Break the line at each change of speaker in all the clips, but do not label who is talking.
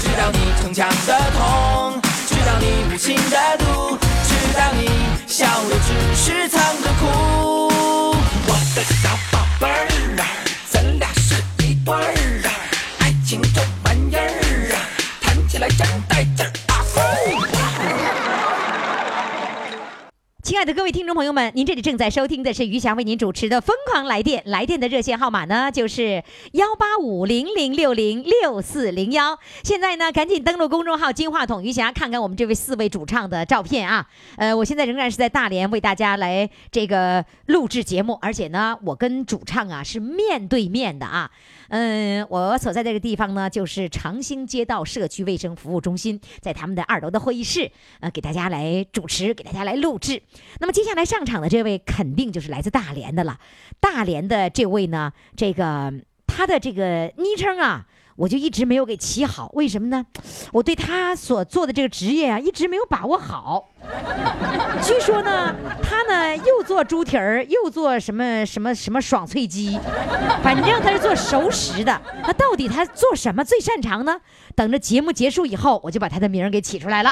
知道你逞强的痛，知道你无情的毒，知道你笑的只是藏着哭。我的小宝贝儿啊，咱俩是一对儿啊，爱情这玩意儿啊，谈起来真带劲儿啊！呼
亲爱的各位听众朋友们，您这里正在收听的是于翔为您主持的《疯狂来电》，来电的热线号码呢就是幺八五零零六零六四零幺。现在呢，赶紧登录公众号“金话筒于霞”，看看我们这位四位主唱的照片啊。呃，我现在仍然是在大连为大家来这个录制节目，而且呢，我跟主唱啊是面对面的啊。嗯，我所在这个地方呢，就是长兴街道社区卫生服务中心，在他们的二楼的会议室，呃，给大家来主持，给大家来录制。那么接下来上场的这位肯定就是来自大连的了。大连的这位呢，这个他的这个昵称啊，我就一直没有给起好，为什么呢？我对他所做的这个职业啊，一直没有把握好。据说呢，他呢又做猪蹄儿，又做什么什么什么爽脆鸡，反正他是做熟食的。那到底他做什么最擅长呢？等着节目结束以后，我就把他的名儿给起出来了。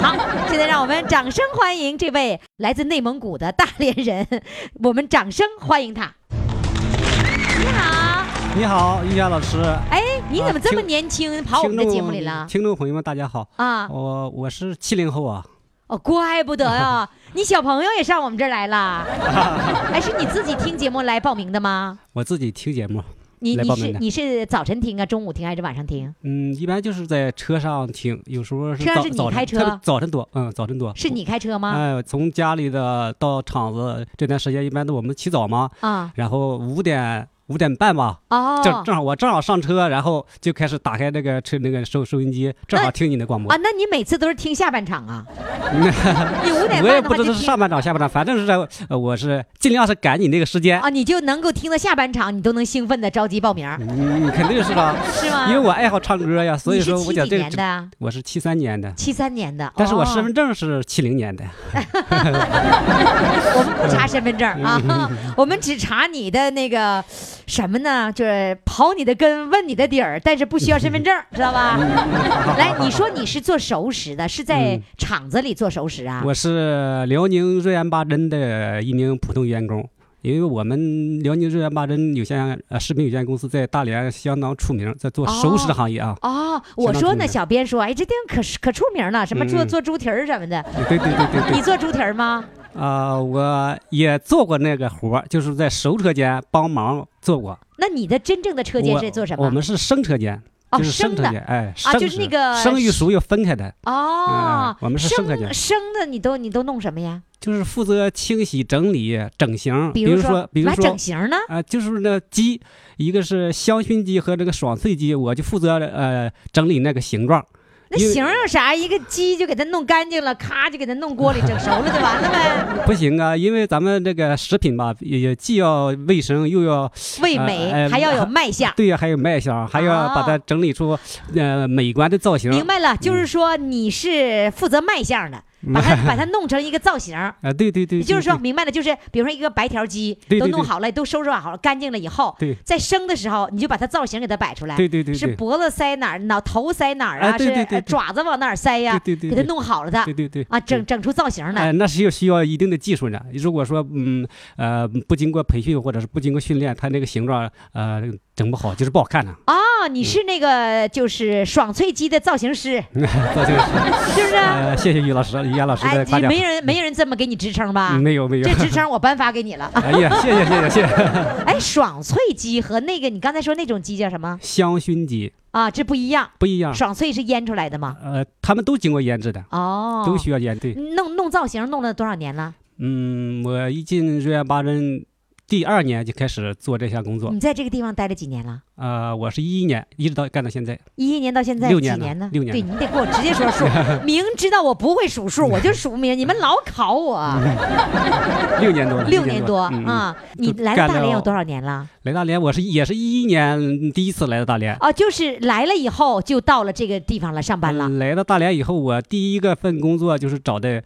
好，现在让我们掌声欢迎这位来自内蒙古的大连人，我们掌声欢迎他。你好，
你好，玉佳老师。
哎，你怎么这么
啊听
年轻，跑我们的节目里了？
听众朋友们，大家好。
啊，
我我是七零后啊，
哦，怪不得啊，你小朋友也上我们这儿来 了。哎，是你自己听节目来报名的吗？
我自己听节目，
你
来
你
报
是
名的
你是早晨听啊，中午听还是晚上听？
嗯，一般就是在车上听，有时候是
车上
早
是你
早晨
开车
特别早晨多，嗯，早晨多。
是你开车吗？
哎，从家里的到厂子这段时间，一般都我们起早嘛，
啊
然后五点五点半吧，正
哦
正好我正好上车，然后就开始打开那个车那个收收音机，正好听你的广播
啊，。那你每次都是听下半场啊？你五点
我
半的
也不
话
知
就
道是
听
上半场下半场，反正是在呃我是尽量是赶你那个时间。
啊，你就能够听到下半场，你都能兴奋的着急报名儿，
嗯，肯定是啦，
是吗？
因为我爱好唱歌呀，所以
你是
说我
七
讲
几
这个
年
只，
的啊？
我是七三年的，
七三年的，
但是我
哦啊
身份证是七零年的。
我们不查身份证
嗯
啊， 我们只查你的那个什么呢？就是刨你的根，问你的底儿，但是不需要身份证，知道吧？来，你说你是做熟食的，是在
嗯
厂子里做熟食啊？
我是辽宁瑞安八珍的一名普通员工，因为我们辽宁瑞安八珍有限呃食品有限公司在大连相当出名，在做熟食
哦
行业啊。
哦，我说
相当出
呢，
名
小编说，哎，这地方可是可出名了，什么做
嗯
做猪蹄儿什么的，
对对对对
你
对，
做猪蹄儿吗？
啊、我也做过那个活儿，就是在熟车间帮忙做过。
那你的真正的车间
我
是做什
我
么？
们是生车间，
哦，
就是
生
生车
的
间，哎，
啊
生
就是那
食
个
生与熟要分开的。
哦
嗯，我们是生车间
生生的，你都你都弄什么呀？
就是负责清洗、整理、整形，比
如
说，比如
那
说
整，形呢？
啊、就是那鸡，一个是香薰鸡和这个爽脆鸡，我就负责呃整理那个形状。
那
因为
形儿有啥？一个鸡就给它弄干净了，咔就给它弄锅里整熟了就完了呗，
不 行啊，因为咱们这个食品吧，也也既要卫生，又要
味美、
哎
还要 有卖相。哦
对呀、还有卖相，还要把它整理出呃美观的造型。
明白了，
嗯
就是说你是负责卖相的，把它把它弄成一个造型儿。
啊，对对对，
也就是
对
说，，明白了，就是比如说一个白条鸡
对对
都
对
弄好了，都收拾好了，干净了以后
对，
在生的时候你就把它造型给它摆出来，
对对对对
是
对
脖子塞哪儿，脑头塞哪儿啊，
哎对
是
对对
呃
对
爪子往哪儿塞呀，
对对
给
对
它弄好了的
对对对
啊，整。整出造型来
哎，。那是要需要一定的技术的。如果说，嗯，呃，不经过培训或者是不经过训练，它那个形状，呃，整不好就是不好看 了。
哦，你是那个就是爽脆鸡的造型师，
造型师，
是不是？
呃，谢谢于老师、于洋老师
哎，
的
这
夸嗯奖。嗯
没人没人这么给你支撑吧？
没有没有
这，支撑我颁发给你了。
哎呀，谢谢谢谢谢谢。
哎，爽脆鸡和那个你刚才说那种鸡叫什么
香薰鸡
啊？这不一样，
不一样，
爽脆是腌出来的吗？
呃，他们都经过腌制的，
哦，
都需要腌。对，嗯
弄弄造型弄了多少年了？
嗯，我一进瑞安八珍第二年就开始做这项工作。
你在这个地方待了几年了？
呃，我是一一年一直到干到现在，
一一年到现在
六
几
年了
呢？
六年
对
了
你得给我直接说数， 明知道我不会数数，我就数不明。你们老考我，
六年多了，
六年多
嗯、
啊！你
就
来
干
大连有
了哦
多少年了？
来大连，我是也是一一年第一次来到大连。
哦，就是来了以后就到了这个地方了，上班了。
嗯来到大连以后，我第一个份工作就是找的，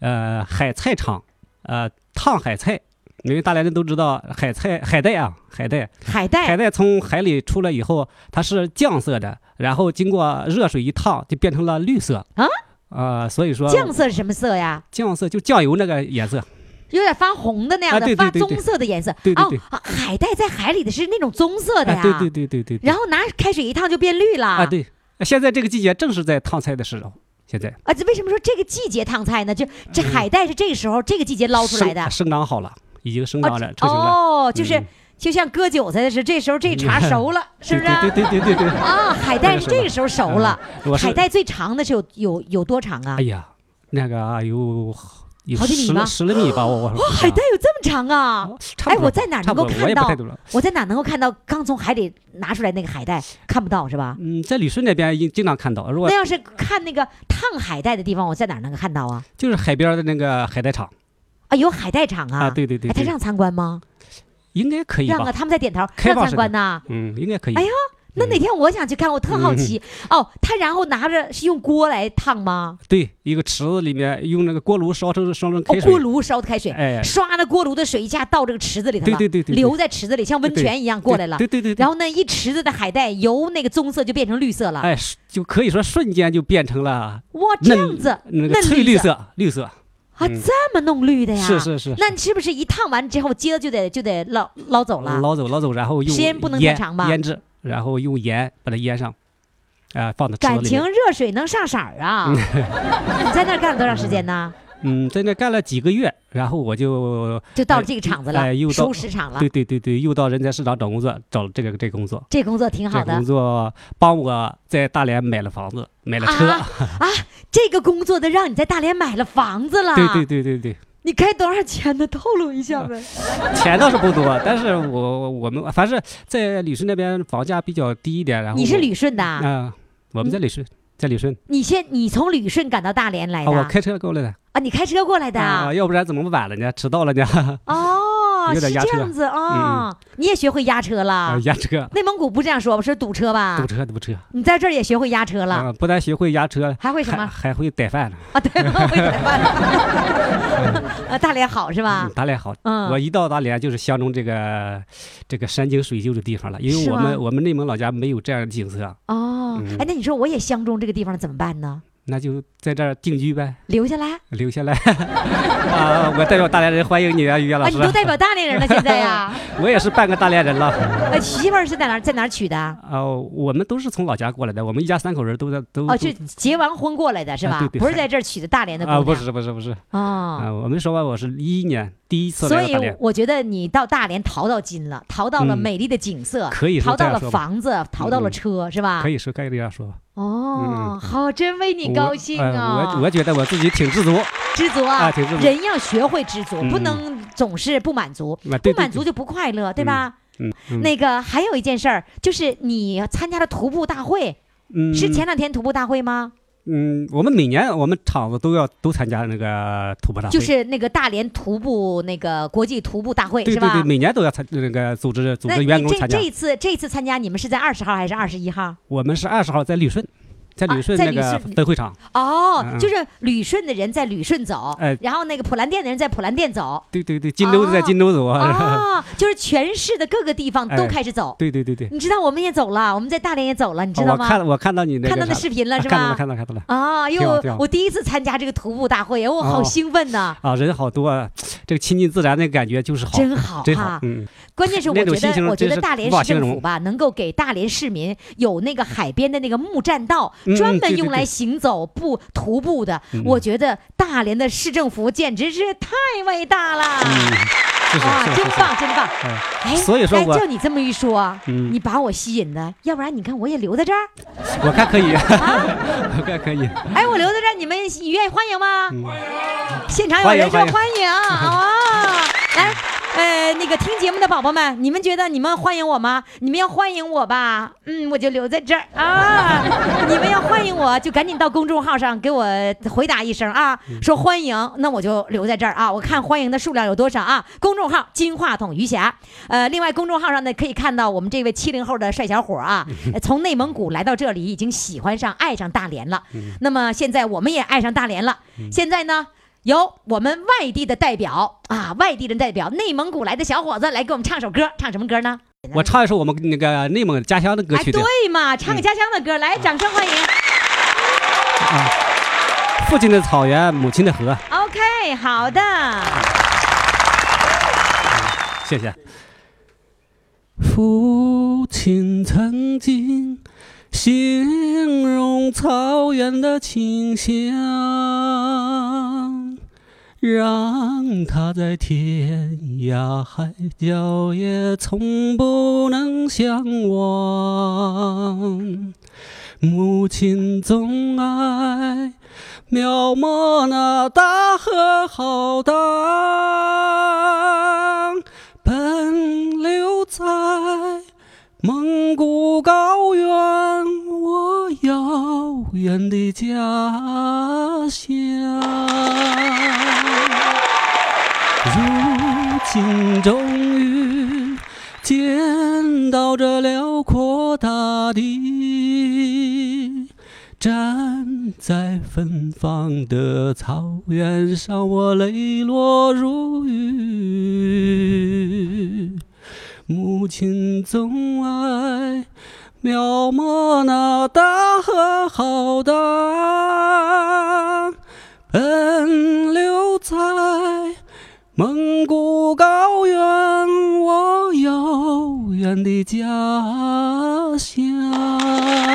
呃，海菜厂，呃，烫海菜。因为大连人都知道海菜海带啊，海带，
海带，
海带从海里出来以后，它是酱色的，然后经过热水一烫，就变成了绿色
啊。
呃，所以说
酱色是什么色呀？
酱色就酱油那个颜色，
有点发红的那样
啊
的，
对对对
发
对
棕色的颜色。
对对对
哦、啊海带在海里的是那种棕色的呀。
啊，对对对对对对，
然后拿开水一烫就变绿了。
啊，对，现在这个季节正是在烫菜的时候，现在
啊，这为什么说这个季节烫菜呢？就这海带是这个时候、这个季节捞出来的
嗯生。生长好了，已经生
啊
长了，成型了，
哦，就是、
嗯
就像割韭菜的是这时候这茬熟了，是不是？
对对对对对对。嗯
啊，海带是这个时候熟了。
我是
海带最长的是有有有多长啊？
哎呀，那个啊有有
好几米
十
吗
来十来米吧，我我说
海带有这么长啊？
哦差不
哎
多
我在哪儿
差不
能够
多
看
我也
到
不太懂了。
我在哪能够看到刚从海里拿出来那个海带？看不到是吧？
嗯，在旅顺那边经经常看到，如果
那要是看那个烫海带的地方，我在哪儿能够看到啊？
就是海边的那个海带厂
啊，有海带厂啊！
啊，对对对
哎，他
对，
让参观吗？
应该可以
让啊，
吧？
他们在点头，
开
让
放
参
式的
观呐。
嗯，应该可以。
哎呀那哪天我想去看，我特好
嗯
奇、哦。他然后拿着是用锅来烫吗？
对，一个池子里面用那个锅炉烧成烧成
哦
开，水
锅，炉烧的开水，
哎，
唰、那锅炉的水一下倒这个池子里头了，
对对对对对
流在池子里，像温
对
泉一样过来了。
对对对对，
然后那一池子的海带由那个棕色就变成绿色了，
哎，是就可以说瞬间就变成了
哇，这
嫩
样子
那
嫩
个翠
绿
绿
色
色，绿色
啊，
嗯
这么弄绿的呀？
是是是，
那你是不是一烫完之后，接着就得就得捞捞走了？
捞走捞走，然后用
时间不能太
腌
长吧
腌制，然后用盐把它腌上，啊、放到池
感
子里
情
面。
热水能上色儿啊！ 你在那儿干了多长时间呢？
嗯，在那干了几个月，然后我就，
就到了这个厂子了，
哎又到
熟食厂了
对。对对对，又到人才市场找工作，找了这个这个工作，
这工作挺
这
好
工
的，
作帮我在大连买了房子，买了车，
啊这个工作的让你在大连买了房子了。
对 对对对对，
你开多少钱呢？透露一下呗。
钱倒是不多，但是我我们反正在旅顺那边房价比较低一点，然 后
你是
我
旅顺的啊，
啊、我们在旅顺，在旅顺
你先你从旅顺赶到大连来
啊，
的
我
啊
开车过来的
你开车过来的啊
啊，要不然怎么晚了呢？迟到了呢？
哦，
啊有
是
点压
这
车嗯
样子啊，你也学会压车
啊
了，。
压车，
内蒙古不这样说吧，是堵车吧
堵？车堵车
你在这儿也学会压车了，
啊，不但学会压车，
还会什
还
么
还会逮饭呢，
啊？对，我会拐弯了。啊，大连好是吧
嗯？大连好。
嗯，
我一到大连就是相中这个这个山清水秀的地方了，因
是
为我
吗
们我们内蒙老家没有这样的景色，
哦，
嗯
哎，那你说我也相中这个地方怎么办呢？
那就在这儿定居呗，
留下来
留 下来。啊，我代表大连人欢迎你啊，于洋
啊！
老
你
师。
都代表大连人了，现在呀，
我也是半个大连人了。
哎，媳妇儿是在哪儿在哪儿娶的？
啊，我们都是从老家过来的，我们一家三口人都在都
哦，
都
是结完婚过来的是
啊
吧
对？对
不是在这儿娶的大连的姑
啊，
娘
不是不是不是
哦
啊，我没说完，我是一一年第一次
所
来到
以
大连。
我觉得你到大连淘到金了，淘到了
嗯
美丽的景色，
可以是
淘
这
到
样
了
说吧嗯
房子，淘到了车，是吧
可？以说可以这样说吧，
哦，好，真为啊你
我
高兴
呃
啊！
我我觉得我自己挺 知足，啊，
知足啊
啊挺知足
人要学会知足，
嗯啊
不能总是不满足，
对
不满足，就不快乐，对吧？
对对嗯，
那个还有一件事儿，就是你参加了徒步大会，
嗯
是前两天徒步大会吗？
嗯，我们每年我们厂子都要都参加那个徒步大会，
就是那个大连徒步那个国际徒步大会
对
是
对对，
吧？
每年都要参那个组织组
那
织
你
员工
这
参加
这。一次这一次参加，你们是在二十号还是二十一号？
我们是二十号在旅顺，在
啊
旅顺
在
那
旅
个
顺
分会场。
哦，
嗯
就是旅顺的人在旅顺走，
哎
然后那个普兰店的人在普兰店 走，
对对对，金州在
哦
金州走啊。
哦，就是全市的各个地方都
哎
开始走。
对对对对，
你知道我们也走了，我们在大连也走了，你知
哦
道
我
吗？
看了我看到你那个
看到那
啥
视频了
啊
是
看到
吧
了看到了看到了
啊，因为
挺好
我
挺好
我第一次参加这个徒步大会，我好
哦
兴奋呐，
啊，人好多，啊，这个亲近自然的感觉就是好，
真好
真
哈
好。！嗯，
关键是我
那
觉
种心
得，
情
我觉得
真是
大连
无法
市政
形
府
容
吧，能够给大连市民有那个海边的那个木栈道，
嗯
专门
对对
用来
对
行走不徒步的。
嗯
我觉得大连的市政府简直是太伟大了，
是是
哇，
是
真
是是。
棒真棒！
哎
哎，
所以说
哎
我
就你这么一说，
嗯
你把我吸引的，要不然你看我也留在这儿，
我看可以， 我看可以，
哎，我留在这儿，你们愿意欢迎吗？
嗯
现场有人说
欢迎
欢迎啊！来，呃，那个听节目的宝宝们，你们觉得你们欢迎我吗？你们要欢迎我吧，嗯，我就留在这儿啊。你们要欢迎我，就赶紧到公众号上给我回答一声啊，
嗯
说欢迎，那我就留在这儿啊。我看欢迎的数量有多少啊？公众号金话筒余霞，呃，另外公众号上呢可以看到我们这位七零后的帅小伙啊，
嗯
呃从内蒙古来到这里，已经喜欢上、爱上大连了。
嗯
那么现在我们也爱上大连了。现在呢？由我们外地的代表啊，外地人代表，内蒙古来的小伙子来给我们唱首歌，唱什么歌呢？
我唱一首我们那个内蒙家乡的歌
哎，
曲的，
对嘛，唱个家乡的歌，来，掌声欢迎。
嗯
父亲的草原，母亲的河。
OK，好的，
谢谢。父亲曾经形容草原的清香，让他在天涯海角也从不能相忘。母亲总爱描摹那大河浩荡，奔流在蒙古高原，我遥远的家乡。如今终于见到这辽阔大地，站在芬芳的草原上，我泪落如雨。母亲总爱描摹那大河浩荡，奔流在蒙古高原，我遥远的家乡。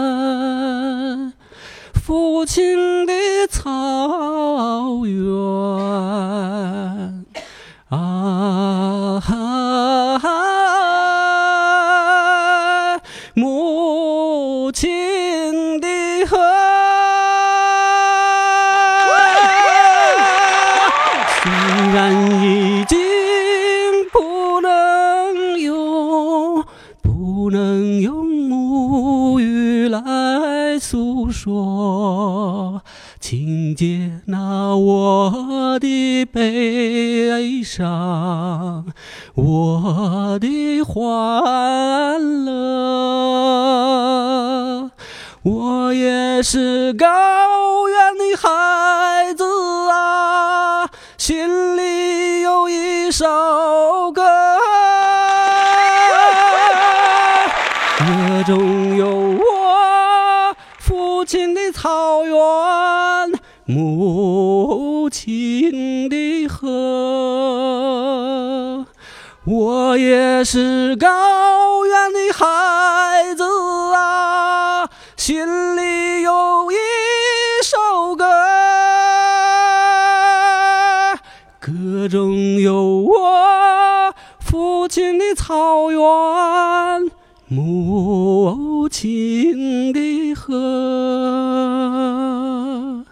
哎父亲的草原啊，母亲的河。虽然已经不能用，不能用母语来诉说，请接纳我的悲伤，我的欢乐。我也是高原的孩子啊，心里有一首歌。歌中有我父亲的草原，母亲的河。我也是高原的孩子啊，心里有一首歌，歌中有我父亲的草原，母亲的河。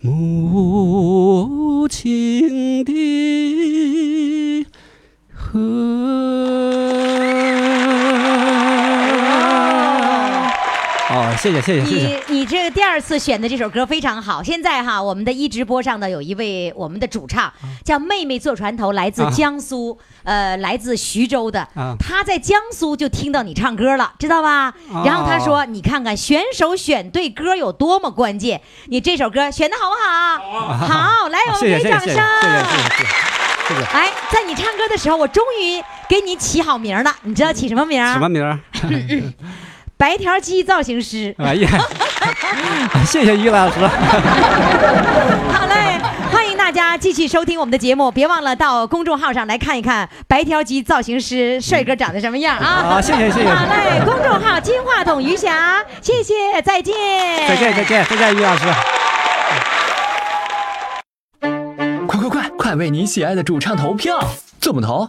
母亲的河。哦，谢谢谢谢谢谢，
你你这第二次选的这首歌非常好。现在哈，我们的一直播上呢有一位我们的主唱叫妹妹坐船头，来自
啊
江苏，呃，来自徐州的
啊。
她在江苏就听到你唱歌了，知道吧？然后她说：“你看看选手选对歌有多么关键，你这首歌选的好不好？好，来，我们
啊谢谢
给
谢谢
掌
谢谢谢谢谢
声。”
谢谢。
哎，在你唱歌的时候，我终于给你起好名了。你知道起什么名儿？
什么名儿？
嗯白条鸡造型师。
哎呀， 谢谢于老师。
好嘞，欢迎大家继续收听我们的节目，别忘了到公众号上来看一看白条鸡造型师帅哥长得什么样啊！
好，谢谢谢谢，
好嘞，公众号金话筒余霞，谢谢，再见，
再见再见再见，于老师。
快快快，快为你喜爱的主唱投票！怎么投？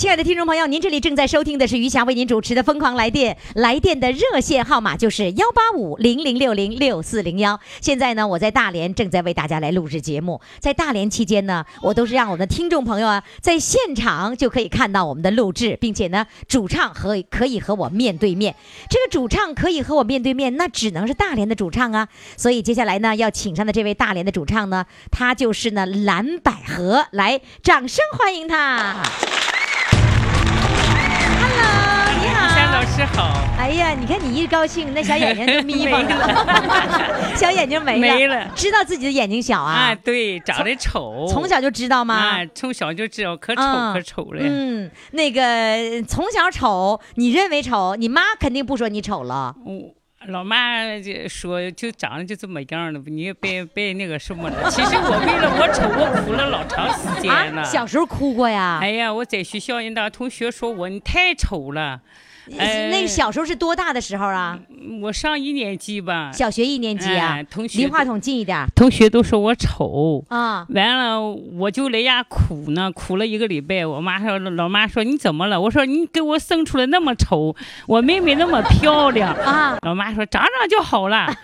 亲爱的听众朋友，您这里正在收听的是余霞为您主持的《疯狂来电》，来电的热线号码就是幺八五零零六零六四零幺。现在呢，我在大连正在为大家来录制节目。在大连期间呢，我都是让我们的听众朋友啊，在现场就可以看到我们的录制，并且呢，主唱和可以和我面对面。这个主唱可以和我面对面，那只能是大连的主唱啊。所以接下来呢，要请上的这位大连的主唱呢，他就是呢蓝百合，来，掌声欢迎他。Hello，你好，
山老师好，
哎呀，你看你一高兴，那小眼睛就眯缝了， 小眼睛没了，
没了
知道自己的眼睛小啊，
啊， 对，长得丑，
从小就知道吗
啊？，从小就知道可丑
嗯
可丑了。
嗯，那个从小丑，你认为丑，你妈肯定不说你丑了。
我老妈就说，就长得就这么样了，你也别别那个什么了。其实我为了我丑，我苦了老长时间了。
啊，小时候哭过呀？
哎呀，我在学校人家同学说我你太丑了。哎嗯
那个小时候是多大的时候啊？
我上一年级吧，
小学一年级啊
哎，同学
离话筒近一点儿
同学都说我丑。
啊。
完了，我就在家苦呢，苦了一个礼拜。我妈说，老妈说你怎么了？我说你给我生出来那么丑，我妹妹那么漂亮。
啊
老妈说长长就好了。
啊！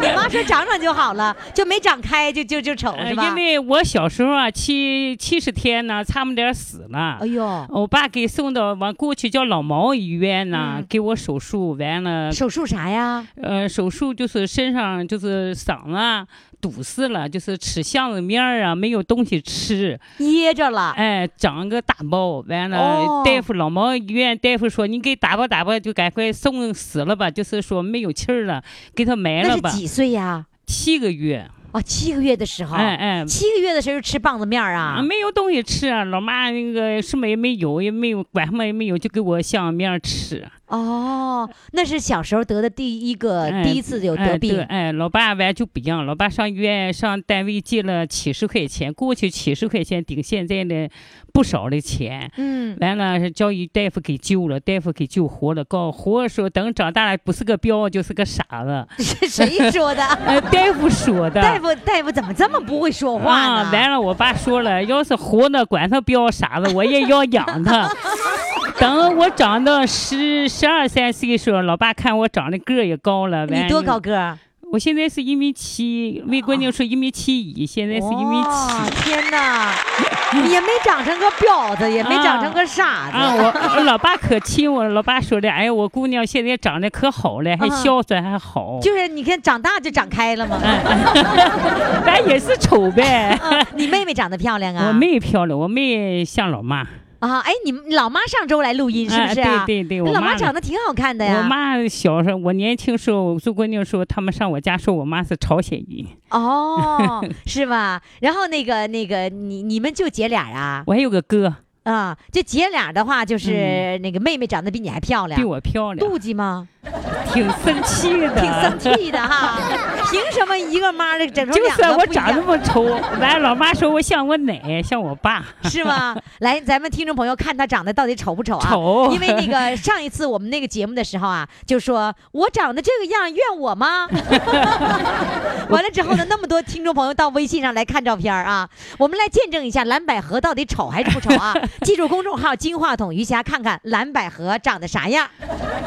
你妈说长长就好了，就没长开，就就就丑
呃
是吧？
因为我小时候啊，七七十天呢，差不点死了
哎。呦，
我爸给送到往过去叫老毛医院呢，
嗯
给我手术完了，
手术啥呀？
呃，手术就是身上就是嗓子啊堵死了，就是吃巷子面儿啊，没有东西吃。
噎着了。
哎，长个大包，完了，
哦
大夫老毛医院大夫说，你给打包打包，就赶快送死了吧，就是说没有气儿了，给他埋
那
了
是
吧。
几岁呀？
七个月，
哦，七个月的时候，
哎哎。
七个月的时候就吃棒子面儿啊
啊，，没有东西吃啊，老妈那个什么也没有，也没有管什么也没有，就给我像面儿吃。
哦，那是小时候得的第一个，
哎
第一次有得
哎，
病
对，，哎，老爸完就不一样，老爸上医院上单位借了七十块钱，过去七十块钱顶现在的不少的钱。
嗯，
完了是叫一大夫给救了，大夫给救活了。告活的时候，等长大了不是个彪就是个傻子，
是谁说的？
呃，大夫说的。
大夫，大夫怎么这么不会说话
啊，
呢？
完了，我爸说了，要是活的管他彪傻子，我也要养他。等我长到十十二三岁的时候，老爸看我长得个儿也高了，完
你多高？个儿？
我现在是一米七，没关键是一米七一，现在是一米
哇
七。
天哪，也没长成个彪子，也没长成个傻
啊，
子，
我我老爸可亲我了，老爸说的，哎呀，我姑娘现在长得可好了，还
啊
孝顺，还 好。
就是你看长大就长开了嘛。
哎咱也是丑 呗。
啊你妹妹长得漂亮啊？
我妹漂亮，我妹像老妈，
啊，哎，你们老妈上周来录音是不是啊？
哎对对对，我
那老妈
呢
长得挺好看的呀。
我妈小时候，我年轻时候，做姑娘时候，他们上我家说我妈是朝鲜人，
哦，是吧？然后那个那个，你你们就姐俩啊？
我还有个哥
啊，这姐俩的话，就是那个妹妹长得比你还漂亮
嗯比，我漂亮，
妒忌吗？
挺生气的，
挺生 气的哈，凭什么一个妈的整成
就
两
是
个
我
不一样
长那么 丑，完老妈说我像我奶，像我爸，
是吗？来，咱们听众朋友看她长得到底丑不丑啊？
丑
因为那 个上一次我们那个节目的时候啊，就说我长得这个样儿怨我吗？ 完了之后呢，那么多听众朋友到微信上来看照片儿啊，我们来见证一下蓝百合到底丑还是不丑啊？记住公众号“金话筒余霞”，看看蓝百合长得啥样，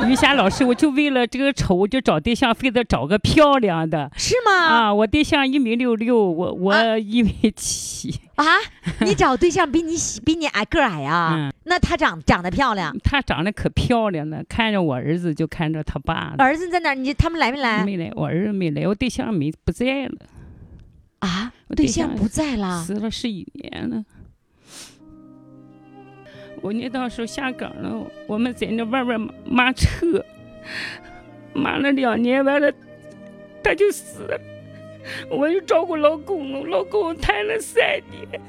于霞老师，我就为了这个丑，我就找对象，非得找个漂亮的。
是吗？
啊，我对象一米六六，我
啊
我一米七，
啊，你找对象比你 喜比你矮个儿矮啊？
嗯
那她长长得漂亮，
她长得可漂亮了，看着我儿子就看着他爸了。
儿子在哪儿？你他们来没来
没来，我儿子没来，我对象没不在了，
啊？
我
对
对象
象不在了。
死了十一年了。我那到时候下岗了，我们在那外边骂骂车，骂了两年，完了他就死了。 我就照顾老公，我老公谈了三年，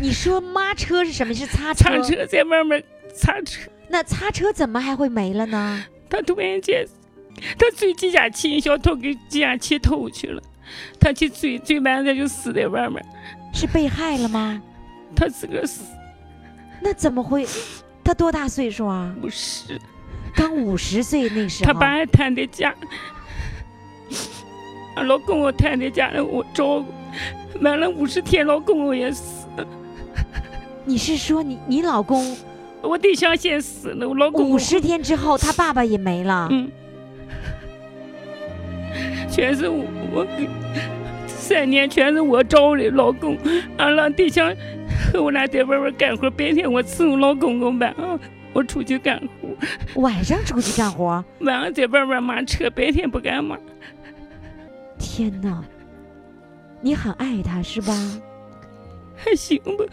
你说妈车是什么？是擦车？
擦车在外面擦车，
那擦车怎么还会没了呢？
他突然间，他追计价器，小偷给计价器偷去了，他去追，追完他就死在外面，
是被害了吗？
他自个儿死
那怎么会？他多大岁数啊？
不是。
刚五十岁那时候。
他爸还谈的价，老公我瘫在家里，我照顾，满了五十天，老公我也死了，
你是说你你老公
我对象先死了，我老公
五十天之后他爸爸也没了？
嗯，全是我我给三年全是我招的，老公俺让对象和我俩在外边干活，白天我伺候老公公晚上我出去干活，
晚上出去干活？
晚上在外边马车，白天不敢马。
天哪，你很爱他是吧？
还行吧。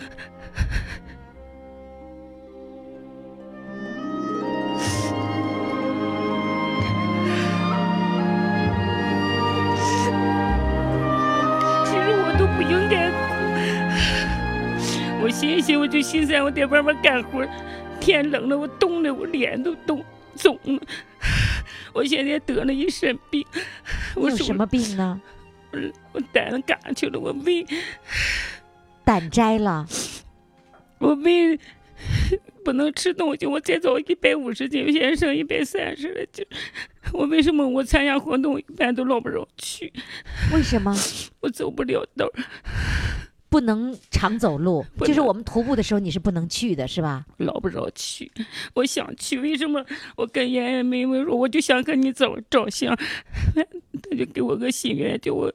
其实我都不应该哭，我寻思我就寻思我在外边干活，天冷了我冻的我脸都冻肿了，我现在得了一身病，
你
我
有
手
什么病呢？
我胆嘎去了，我胃
胆摘了，
我胃不能吃东西，我再走一百五十斤，我现在剩一百三十了。就我为什么我参加活动一般都落不着去，
为什么
我走不了道儿，
不能常走路？
不
就是
能
我们徒步的时候你是不能去的是吧？
落不着去。我想去，为什么我跟妍妍妹妹说，我就想跟你照照相， 他就给我个心愿，就我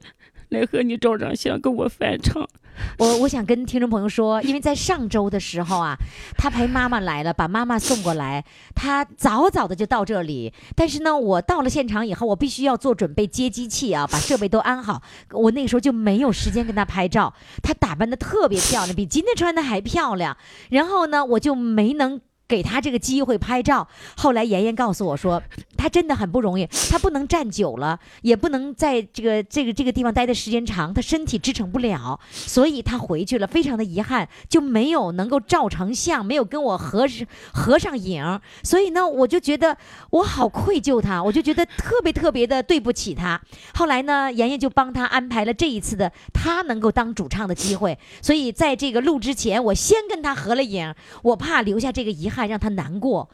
来和你照张相，跟我翻唱。
我我想跟听众朋友说，因为在上周的时候啊，他陪妈妈来了，把妈妈送过来，他早早的就到这里。但是呢，我到了现场以后，我必须要做准备接机器啊，把设备都安好。我那个时候就没有时间跟他拍照，她打扮的特别漂亮，比今天穿的还漂亮。然后呢，我就没能。给她这个机会拍照，后来妍妍告诉我说，她真的很不容易，她不能站久了，也不能在这个这个这个地方待的时间长，她身体支撑不了。所以他回去了，非常的遗憾，就没有能够照成像，没有跟我合适合上影儿。所以呢，我就觉得我好愧疚他，我就觉得特别特别的对不起他。后来呢，妍妍就帮他安排了这一次的他能够当主唱的机会。所以在这个录之前，我先跟他合了影，我怕留下这个遗憾，让他难过。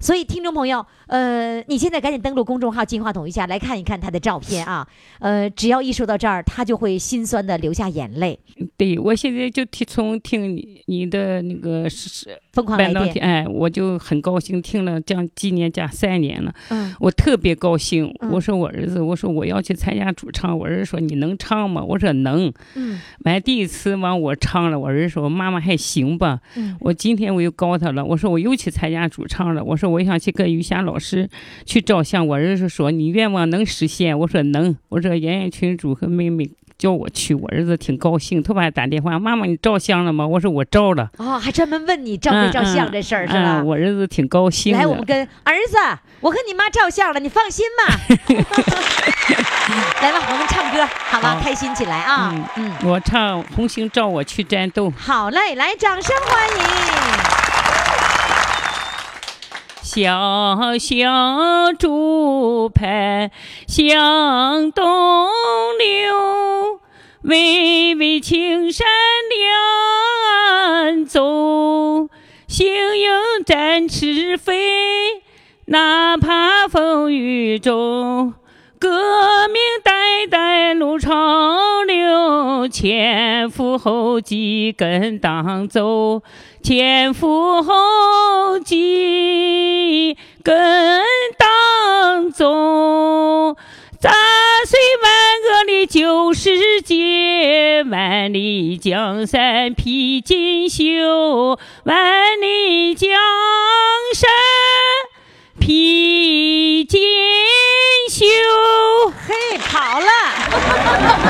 所以，听众朋友，呃，你现在赶紧登录公众号“金话筒”一下，来看一看他的照片啊。呃，只要一说到这儿，他就会心酸的流下眼泪。
对我现在就听从听你你的那个是是
疯狂来
翻唱
电，
天，哎，我就很高兴，听了将今年加三年了。
嗯
我特别高兴，
嗯
我说我儿子，我说我要去参加主唱，我儿子说你能唱吗？我说能。
嗯
完第一次完我唱了，我儿子说妈妈还行吧。
嗯
我今天我又告他了，我说我又去参加主唱了，我说我想去跟于霞老师去照相。我儿子说你愿望能实现，我说能。我说妍妍群主和妹妹叫我去，我儿子挺高兴，突然打电话，妈妈你照相了吗？我说我照了，
哦，还专门问你照没照相这事儿、是吧？
嗯，我儿子挺高兴的。
来，我们跟儿子，我和你妈照相了，你放心 吧。来吧，我们唱歌好吧，
好
开心起来啊！嗯
我唱《红星照我去战斗》。
好嘞，来，掌声欢迎。
小小竹排向东流，巍巍青山两岸走。行鹰展翅飞，哪怕风雨骤。革命代代路潮流，前赴后继跟党走，前赴后继跟党走。砸碎万恶的旧世界，万里江山披锦绣，万里江山披锦绣。
嘿，跑 了。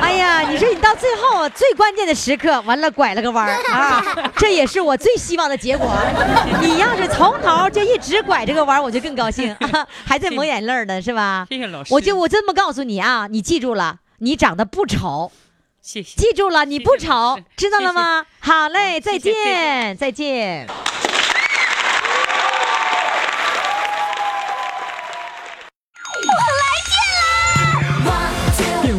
哎呀，你说你到最后啊最关键的时刻，完了拐了个弯儿啊，这也是我最希望的结果。你要是从头就一直拐这个弯儿，我就更高兴、啊，还在抹眼泪儿呢，是吧？
谢谢老师，
我就我这么告诉你啊，你记住了，你长得不丑，
谢谢。
记住了，你不丑
谢谢，
知道了吗？好嘞，
好
再
谢谢
见，再见。
电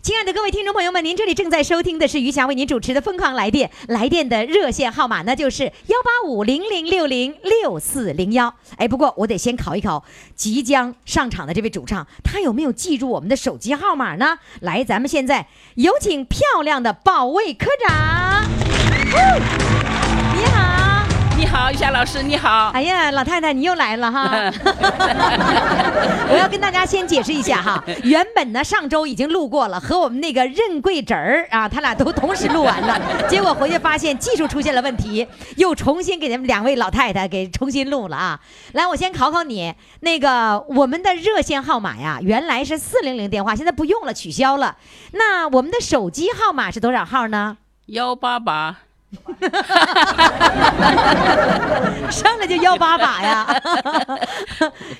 亲爱的各位听众朋友们，您这里正在收听的是余霞为您主持的《疯狂来电》，来电的热线号码呢就是幺八五零零六零六四零幺。哎，不过我得先考一考即将上场的这位主唱，他有没有记住我们的手机号码呢？来，咱们现在有请漂亮的保卫科长。哦你好，
你好，玉霞老师，你好。
哎呀，老太太，你又来了 哈！我要跟大家先解释一下哈，原本呢上周已经录过了，和我们那个任贵侄儿啊，他俩都同时录完 了，结果回去发现技术出现了问题，又重新给咱们两位老太太给重新录了啊。来，我先考考你，那个我们的热线号码呀，原来是四零零电话，现在不用了，取消了。那我们的手机号码是多少号呢？
幺八八，
上来就幺八八 呀，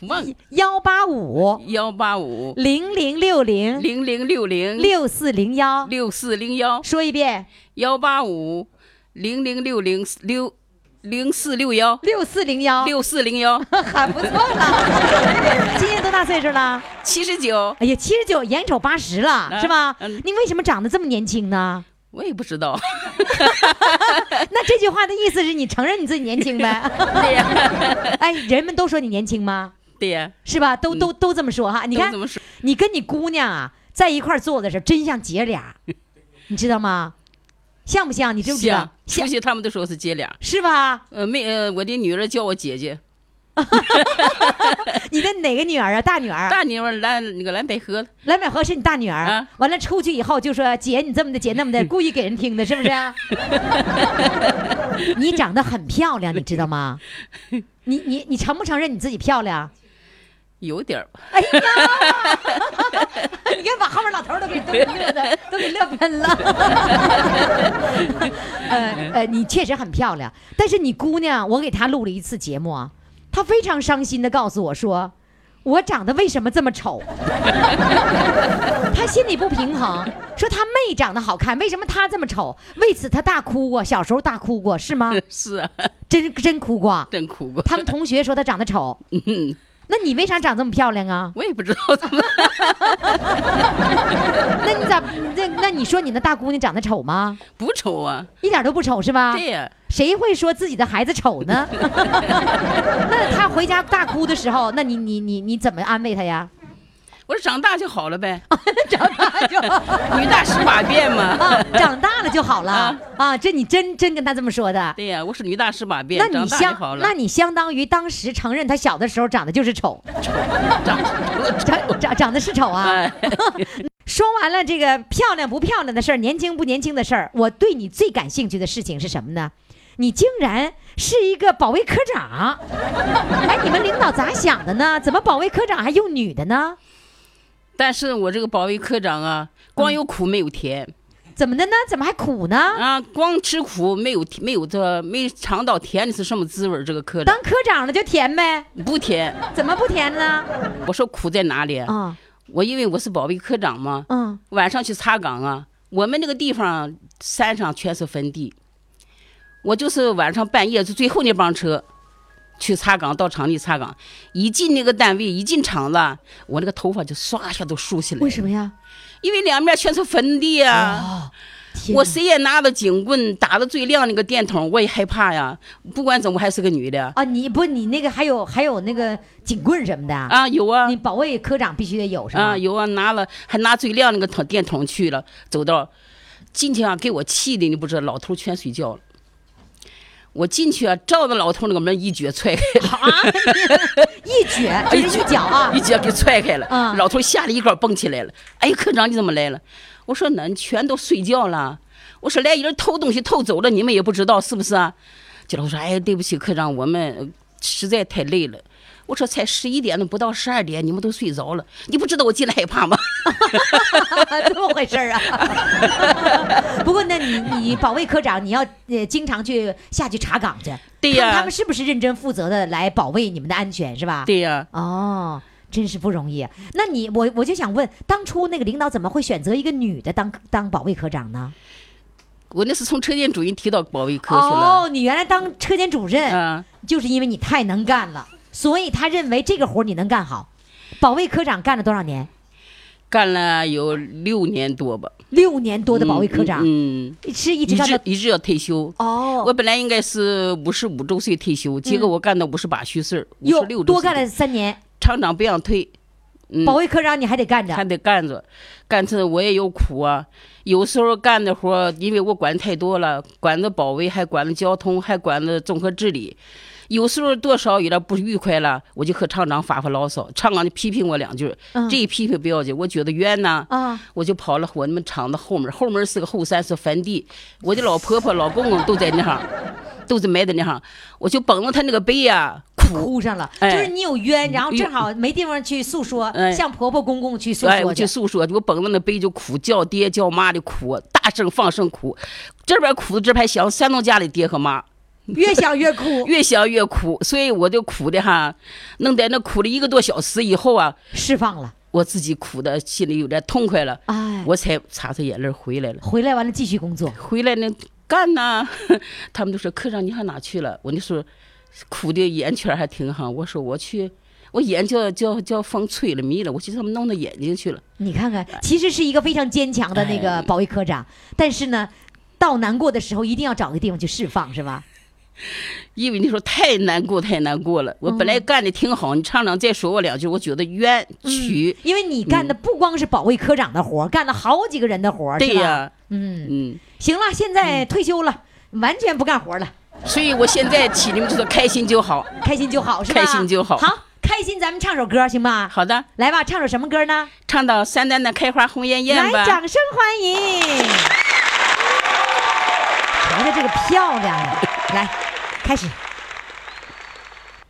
梦
幺八五
幺八五
零零六零
零零六零
六四零幺，
六四零幺
说一遍
幺八五零零六零六零四六幺
六四零幺，
六四零 幺
喊不错了。 今年多大岁数了？
七十九，
哎呀，七十九，眼瞅八十了，
嗯
是吧？
嗯
你为什么长得这么年轻呢？
我也不知道。
那这句话的意思是你承认你自己年轻呗？对呀。 哎，人们都说你年轻吗？
对呀，
是吧？都都都这么说哈。你
嗯都
看
怎，么说？
你跟你姑娘啊在一块儿坐的时候，真像姐俩，你知道吗？像不像？你知不知道
像？出
像
去他们都说是姐俩。
是吧？
呃，妹，呃，我的女儿叫我姐姐，
你的哪个女儿啊？大女儿？
大女儿来那个蓝百合，
蓝百合是你大女儿，
啊
完了出去以后就说姐你这么的，姐那 么的，故意给人听的，是不是、啊？ 你长得很漂亮，你知道吗？你你你承不承认你自己漂亮？
有点儿吧。
哎呀， 你看把后面老头儿都给都给乐 的，都给乐喷了。呃呃，你确实很漂亮，但是你姑娘，我给她录了一次节目啊，她非常伤心的告诉我说，我长得为什么这么丑？ 她心里不平衡，说她妹长得好看，为什么她这么丑？为此她大哭过，小时候大哭过是吗？
是啊，
真真哭过。
真哭过。
他们同学说她长得丑，
嗯，
那你为啥长这么漂亮啊？
我也不知道怎么。
那你咋那那你说你那大姑娘长得丑吗？
不丑啊，
一点都不丑是吧？
对呀，
谁会说自己的孩子丑 呢？那她回家大哭的时候，那你你你你怎么安慰她 呀？
我说长大就好了呗，
长大就
女大十八变嘛。
啊，长大了就好了啊
啊
这你真真跟她这么说的？
对呀，我是女大十八变
那，
长
你
大就好
相
了
那。你相当于当时承认她小的时候长得就是丑， 长长长得是丑啊。
哎，
说完了这个漂亮不漂亮的事儿，年轻不年轻的事儿，我对你最感兴趣的事情是什么呢？你竟然是一个保卫科长！哎，你们领导咋想的呢？怎么保卫科长还用女的呢？
但是我这个保卫科长啊，光有苦没有甜、
怎么的呢？怎么还苦呢？
啊，光吃苦没有没有这没尝到甜的是什么滋味儿？这个科长
当科长了就甜呗？
不甜，
怎么不甜呢？
我说苦在哪里？
啊
我因为我是保卫科长嘛，
嗯，
晚上去查岗啊，我们那个地方山上全是坟地，我就是晚上半夜就最后那帮车。去查岗，到厂里查岗，一进那个单位，一进厂子，我那个头发就唰一下都竖起来
为
了，
什么呀？哦
因为两面全是坟地啊。
天哪
我谁也拿着警棍，打着最亮那个电筒，我也害怕呀。不管怎么，我还是个女的
啊，你不你那个还有还有那个警棍什么的啊？
啊，有啊
你保卫科长必须得有是吧？
啊有啊，拿了还拿最亮那个筒电筒去了，走到进去啊，给我气的，你不知道，老头全睡觉了。我进去啊，照着老头那个门一脚踹开，
啊
哎
一撅就是一脚啊
一！脚给踹开了。
啊
老头吓得一高蹦起来了。哎，科长你怎么来了？我说呢，你全都睡觉了。我说来人偷东西偷走了，你们也不知道是不是啊？这老头说，哎呀，对不起，科长，我们呃实在太累了。我说才十一点了，不到十二点，你们都睡着了，你不知道我进来害怕吗？
这么回事儿 啊？不过那你你保卫科长，你要呃经常去下去查岗去，
对
看
呀、
他们是不是认真负责的来保卫你们的安全，是吧？。
对呀、
哦，真是不容易。那你我我就想问，当初那个领导怎么会选择一个女的当当保卫科长呢？
我那是从车间主任提到保卫科去了。
哦，你原来当车间主任，
啊，
就是因为你太能干了，所以他认为这个活儿你能干好。保卫科长干了多少年？
干了有六年多吧。
六年多的保卫科长，
嗯，嗯
是一
一
直干
直
到
一直要退休。
哦，嗯
我本来应该是五十五周岁退休，结果我干到五十八虚岁，五十
又
六
多干了三年，
厂长不让退，嗯
保卫科长你还得干着
还，得干着，干着我也有苦啊。有时候干的活儿，因为我管太多了，管着保卫，还管着交通，还管着综合治理。有时候多少有点不愉快了，我就和厂长发发牢骚，厂长就批评我两句儿。
嗯
这一批评不要紧，我觉得冤呐、
啊
我就跑了我们厂子后门，后门是个后山，是坟地。我的老婆婆、老公公都在那行，都在埋在那行。我就捧着他那个碑呀、哭。
哭上了，就
哎
是你有冤，然后
有
正好没地方去诉说，
哎
向婆婆公公去诉
哎，
说
我
去
就。诉说，我捧着那杯就哭，叫爹叫妈的哭，大声放声哭，这边哭的这边想山东家里爹和妈，
越想越哭，
越想越哭，所以我就哭的哈，弄在那哭了一个多小时以后啊，
释放了。
我自己哭的心里有点痛快了，
哎，
我才擦擦眼泪回来了。
回来完了继续工作。
回来呢干呐、 他们都说科长你上哪去了？我就说哭的眼圈还挺好，我说我去，我眼叫叫叫风吹了迷了，我去他们弄到眼睛去了。
你看看，
哎
其实是一个非常坚强的那个保卫科长，但是呢，到难过的时候一定要找个地方去释放，是吧？
因为你说太难过，太难过了。我本来干的挺好，你厂长再说我两句，我觉得冤屈。
因为你干的不光是保卫科长的活儿，干了好几个人的活儿，
对
是吧
呀、
嗯，
嗯，
行了，现在退休了，完全不干活了，
所以我现在起你们就说开心就好。
开心就好，是吧？
开心就好
好，开心，咱们唱首歌行吧？
好的，
来吧，唱首什么歌呢？
唱到山丹的开花红艳艳
来，
吧。
掌声欢迎！ 瞧瞧这个漂亮啊！来，开始。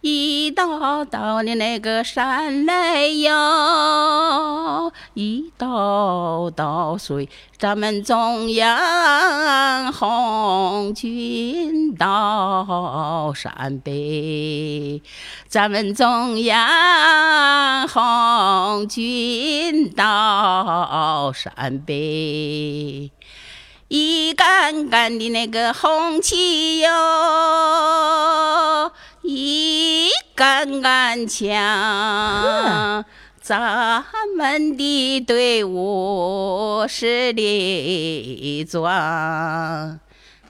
一道道的那个山来哟，一道道水咱们中央红军到山北，咱们中央红军到山北。一杆杆的那个红旗哟，一杆杆枪，咱们的队伍是力壮，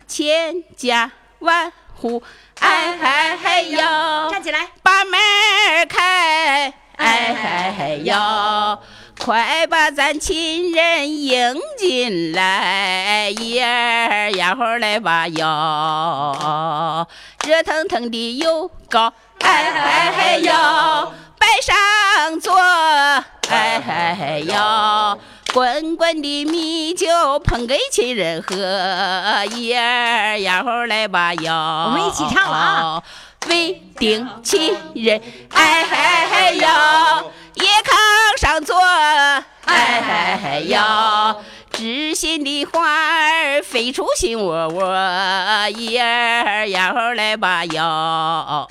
千家万户哎嗨嗨哟，
站起来。
把门儿开，哎哟，快把咱亲人迎进来，一儿呀吼儿来吧哟，热腾腾的油糕，哎哎哎哟，摆上桌，哎哎哟。滚滚的米酒捧给亲人喝，一儿呀吼儿来吧哟！我
们一起唱了啊
为定亲人，哎嗨嗨哟，也炕上坐，哎嗨嗨哟，知心的花儿飞出心窝窝，一儿呀儿来吧哟，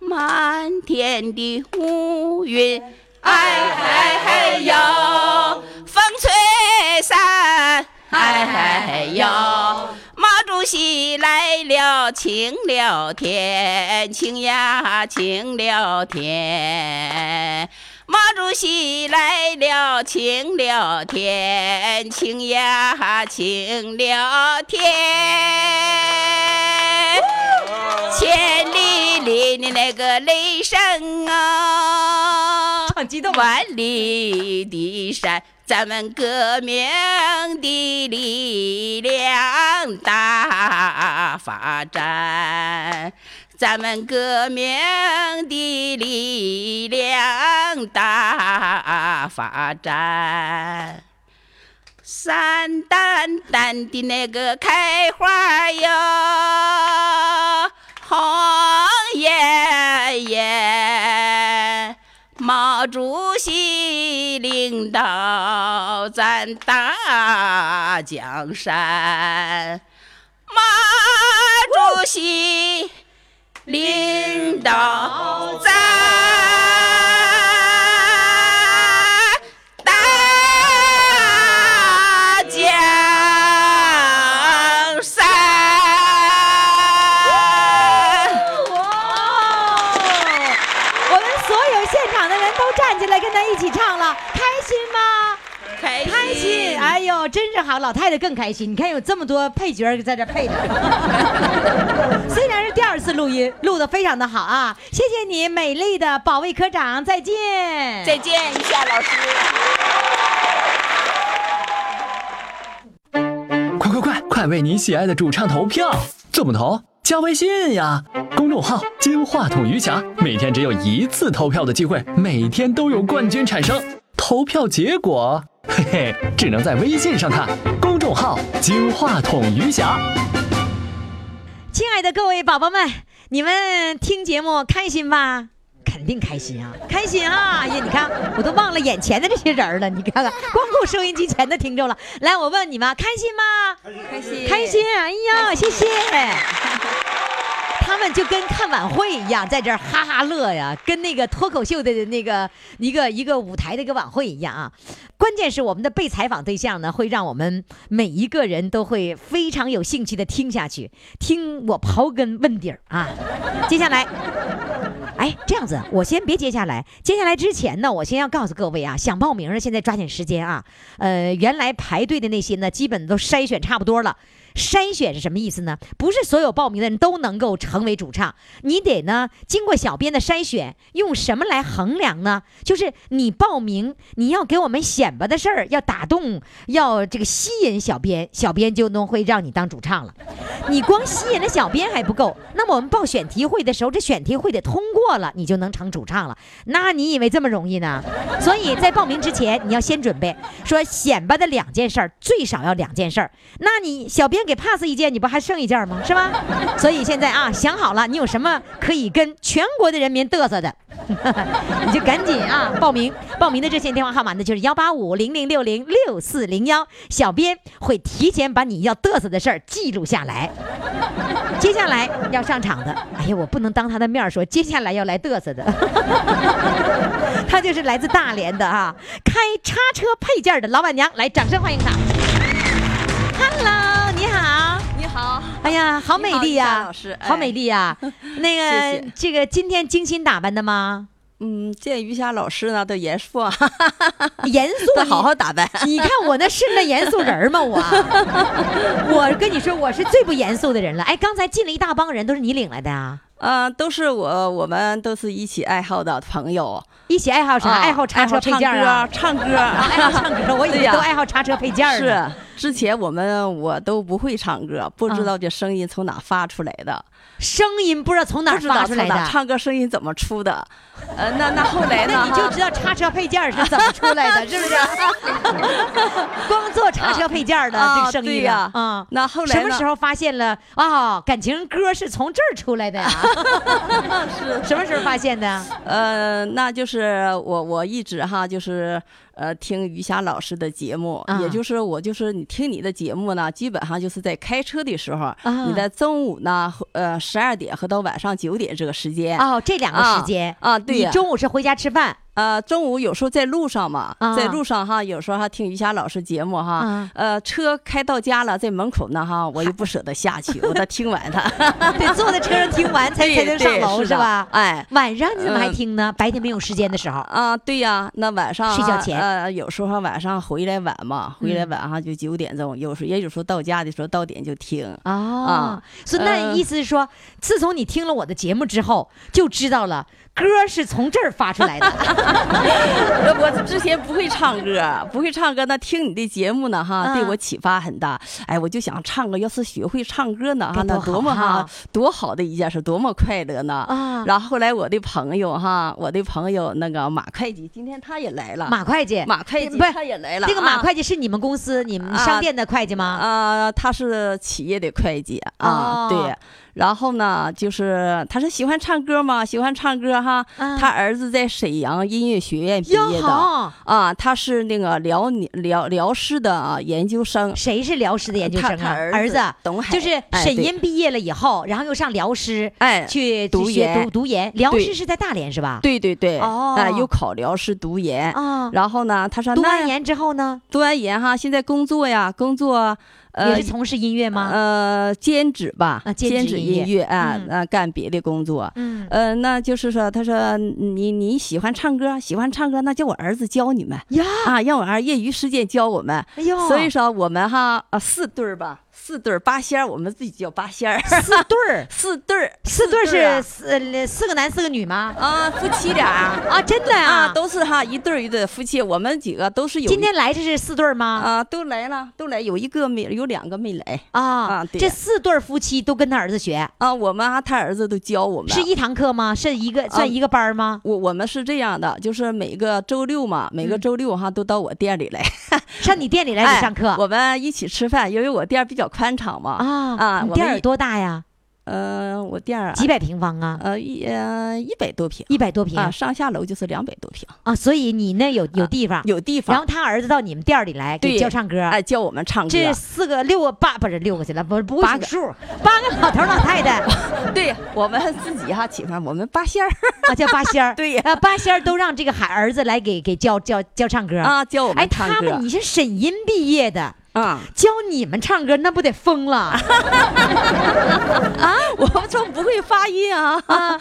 满天的乌云，哎嗨嗨哟，风吹散。哎呦，毛主席来了，晴了天，晴呀晴了天。毛主席来了，晴了天，晴呀晴了天。千里里的那个雷声啊，
唱激动吧
万里的山，咱们革命的力量大发展。咱们革命的力量大发展。山丹丹的那个开花哟，红艳艳。毛主席领导咱大江山，毛主席领导咱大江山。
哇！我们所有现场的人都站起来跟他一起唱了，开心吗？
开心
开心！哎呦，真是好，老太太更开心。你看有这么多配角在这配着，虽然是第二次录音，录的非常的好啊！谢谢你，美丽的保卫科长，再见。
再见，一下老师。
快快快，快为你喜爱的主唱投票！怎么投？加微信呀，公众号“金话筒余霞”，每天只有一次投票的机会，每天都有冠军产生。投票结果，嘿嘿，只能在微信上看。公众号“金话筒余霞”。
亲爱的各位宝宝们，你们听节目开心吧？肯定开心啊，开心啊！呀，你看我都忘了眼前的这些人儿了，你看看，光顾收音机前的听众了。来，我问你们，开心吗？开心，开心！哎 呀，谢谢。他们就跟看晚会一样，在这儿哈哈乐呀，跟那个脱口秀的那个一个一个舞台的一个晚会一样啊。关键是我们的被采访对象呢，会让我们每一个人都会非常有兴趣的听下去，听我刨根问底儿啊。接下来。哎，这样子，我先别接下来。接下来之前呢，我先要告诉各位啊，想报名的现在抓紧时间啊。呃，原来排队的那些呢，基本都筛选差不多了。筛选是什么意思呢？不是所有报名的人都能够成为主唱，你得呢经过小编的筛选，用什么来衡量呢？就是你报名，你要给我们显摆的事儿，要打动，要这个吸引小编，小编就能会让你当主唱了。你光吸引了小编还不够，那么我们报选题会的时候，这选题会得通过了，你就能成主唱了。那你以为这么容易呢？所以在报名之前，你要先准备说显摆的两件事儿，最少要两件事儿。那你小编给 pass 一件，你不还剩一件吗？是吧？所以现在啊，想好了，你有什么可以跟全国的人民嘚瑟的， 你就赶紧啊报名。报名的热线电话号码呢，就是幺八五零零六零六四零幺，小编会提前把你要嘚瑟的事儿记录下来。 接下来要上场的，哎呀，我不能当他的面儿说，接下来要来嘚瑟的， 他就是来自大连的啊，开叉车配件的老板娘，来，掌声欢迎她。Hello，你好。
你好，
哎呀，好美丽呀、
你好李佳老师哎
好美丽 呀、那个，
谢谢
这个今天精心打扮的吗？
嗯，见于霞老师呢，都严肃啊，
严肃，
都好好打扮。
你看我那是那严肃人儿 吗？我，我跟你说，我是最不严肃的人了。哎，刚才进了一大帮人，都是你领来的啊？
嗯、都是我，我们都是一起爱好的朋友。啊
一起爱好啥？爱好叉车配件儿啊？
唱歌，
啊爱好唱 歌，我以
对
为
呀
都爱好叉车配件儿呢。啊
是之前我们我都不会唱歌，不知道这声音从哪发出来的，
声音不知道从哪
不
儿
知道
发出
从
来
哪
的。
唱歌声音怎么出的。呃，那那后来呢？
那你就
哈
知道叉车配件儿是怎么出 来的，是不 是？光做叉车配件儿的
啊
这个生意
对呀
啊，
那后来
什么
呢
时候发现了啊？感情歌是从这儿出来的呀？是 什么时候发现的？
呃，那就是我我一直哈，就是呃听于霞老师的节目，
啊
也就是我就是你听你的节目呢，基本上就是在开车的时候，
啊
你在中午呢，呃十二点和到晚上九点这个时间，
哦，这两个时间
啊啊对
你
呀
中午是回家吃饭，
呃中午有时候在路上嘛，
啊
在路上哈，有时候还听于霞老师节目哈，
啊
呃车开到家了，在门口呢哈，我又不舍得下去，我得听完它，
得坐在车上听完才
对
才能上
对
楼
是
是
的
吧？
哎
晚上你怎么还
嗯
听呢？白天没有时间的时候，
啊，对呀，那晚上啊
睡觉前
呃，有时候晚上回来晚嘛，回来
嗯
晚上就九点钟，有时也有时候到家的时候到点就听。
哦
啊，
所以那
呃
意思是说，自从你听了我的节目之后，就知道了歌是从这儿发出来的。
呃 我之前不会唱歌，不会唱歌，那听你的节目呢哈，
嗯
对我启发很大。哎，我就想唱歌，要是学会唱歌呢哈，
该
那
多好
多么
哈
哈多好的一件事，多么快乐呢！
啊
然后后来我的朋友哈，我的朋友那个马会计，今天他也来了，
马会计，
马会计
不是
他也来了，
这个马
啊
会计是你们公司、你们
啊
商店的会计吗？
啊，他是企业的会计啊，
哦
对。然后呢，就是他是喜欢唱歌嘛，喜欢唱歌哈。
啊
他儿子在沈阳音乐学院毕
哟
业的
好，
啊，他是那个辽宁辽辽师的啊研究生。
谁是辽师的研究生啊
他他？儿
儿
子
子，
董海
就是
哎
沈
对
音毕业了以后，然后又上辽师
哎
去
读
去学
研
读读研。辽师
对
是在大连是吧？
对对对，
哦
啊，又考辽师读研。
啊，
然后呢，他说
读
那
完研之后呢？
读完研哈，现在工作呀，工作呃
也是从事音乐吗？
呃，兼职吧，
啊兼
兼
职
职
音乐
音乐啊
嗯，
呃，干别的工作。
嗯，
呃，那就是说，他说你你喜欢唱歌，喜欢唱歌，那叫我儿子教你们
呀，
啊，让我儿业余时间教我们。
哎呦，
所以说我们哈啊四对儿吧，四对儿八仙儿，我们自己叫八仙儿，，
四对儿
四对儿，
四对儿
儿
是四呃四个男四个女吗？
啊啊夫妻俩啊
啊，真的呀，
都是哈一对儿一对儿夫妻，我们几个都是有一
今天来这是四对儿吗？
啊都来了，都来有一个没有两个没来
啊
啊对
这四对儿夫妻都跟他儿子学，
啊，我们啊他儿子都教我们啊
是一堂课吗？是一个算一个班儿吗？
我我们是这样的，就是每个周六嘛，每个
嗯
周六哈、都到我店里来，
上你店里来你上课
哎我们一起吃饭，因为我店儿比较宽敞嘛。
啊
啊
你
我
店
们
儿
一
多大呀？
呃，我店儿啊
几百平方啊？
呃一呃一百多平
一百多平
啊，上下楼就是两百多平，
啊，所以你那有有
啊
地方，
有地
然后
方。
他儿子到你们店儿里来给
对
教唱歌，
哎，教我们唱歌，
这四个六个八不是六个去了，不是不会
八
数
个
数，八个老头儿老太太
对 我们自己哈起范，我们八仙儿
啊，叫八仙儿，
对呀
啊，八仙儿都让这个孩儿子来给给教教教唱歌。
啊，教我
哎，
们唱
他
歌
们，你是沈音毕业的，
啊，
教你们唱歌，那不得疯 了？
我们这不会发音啊，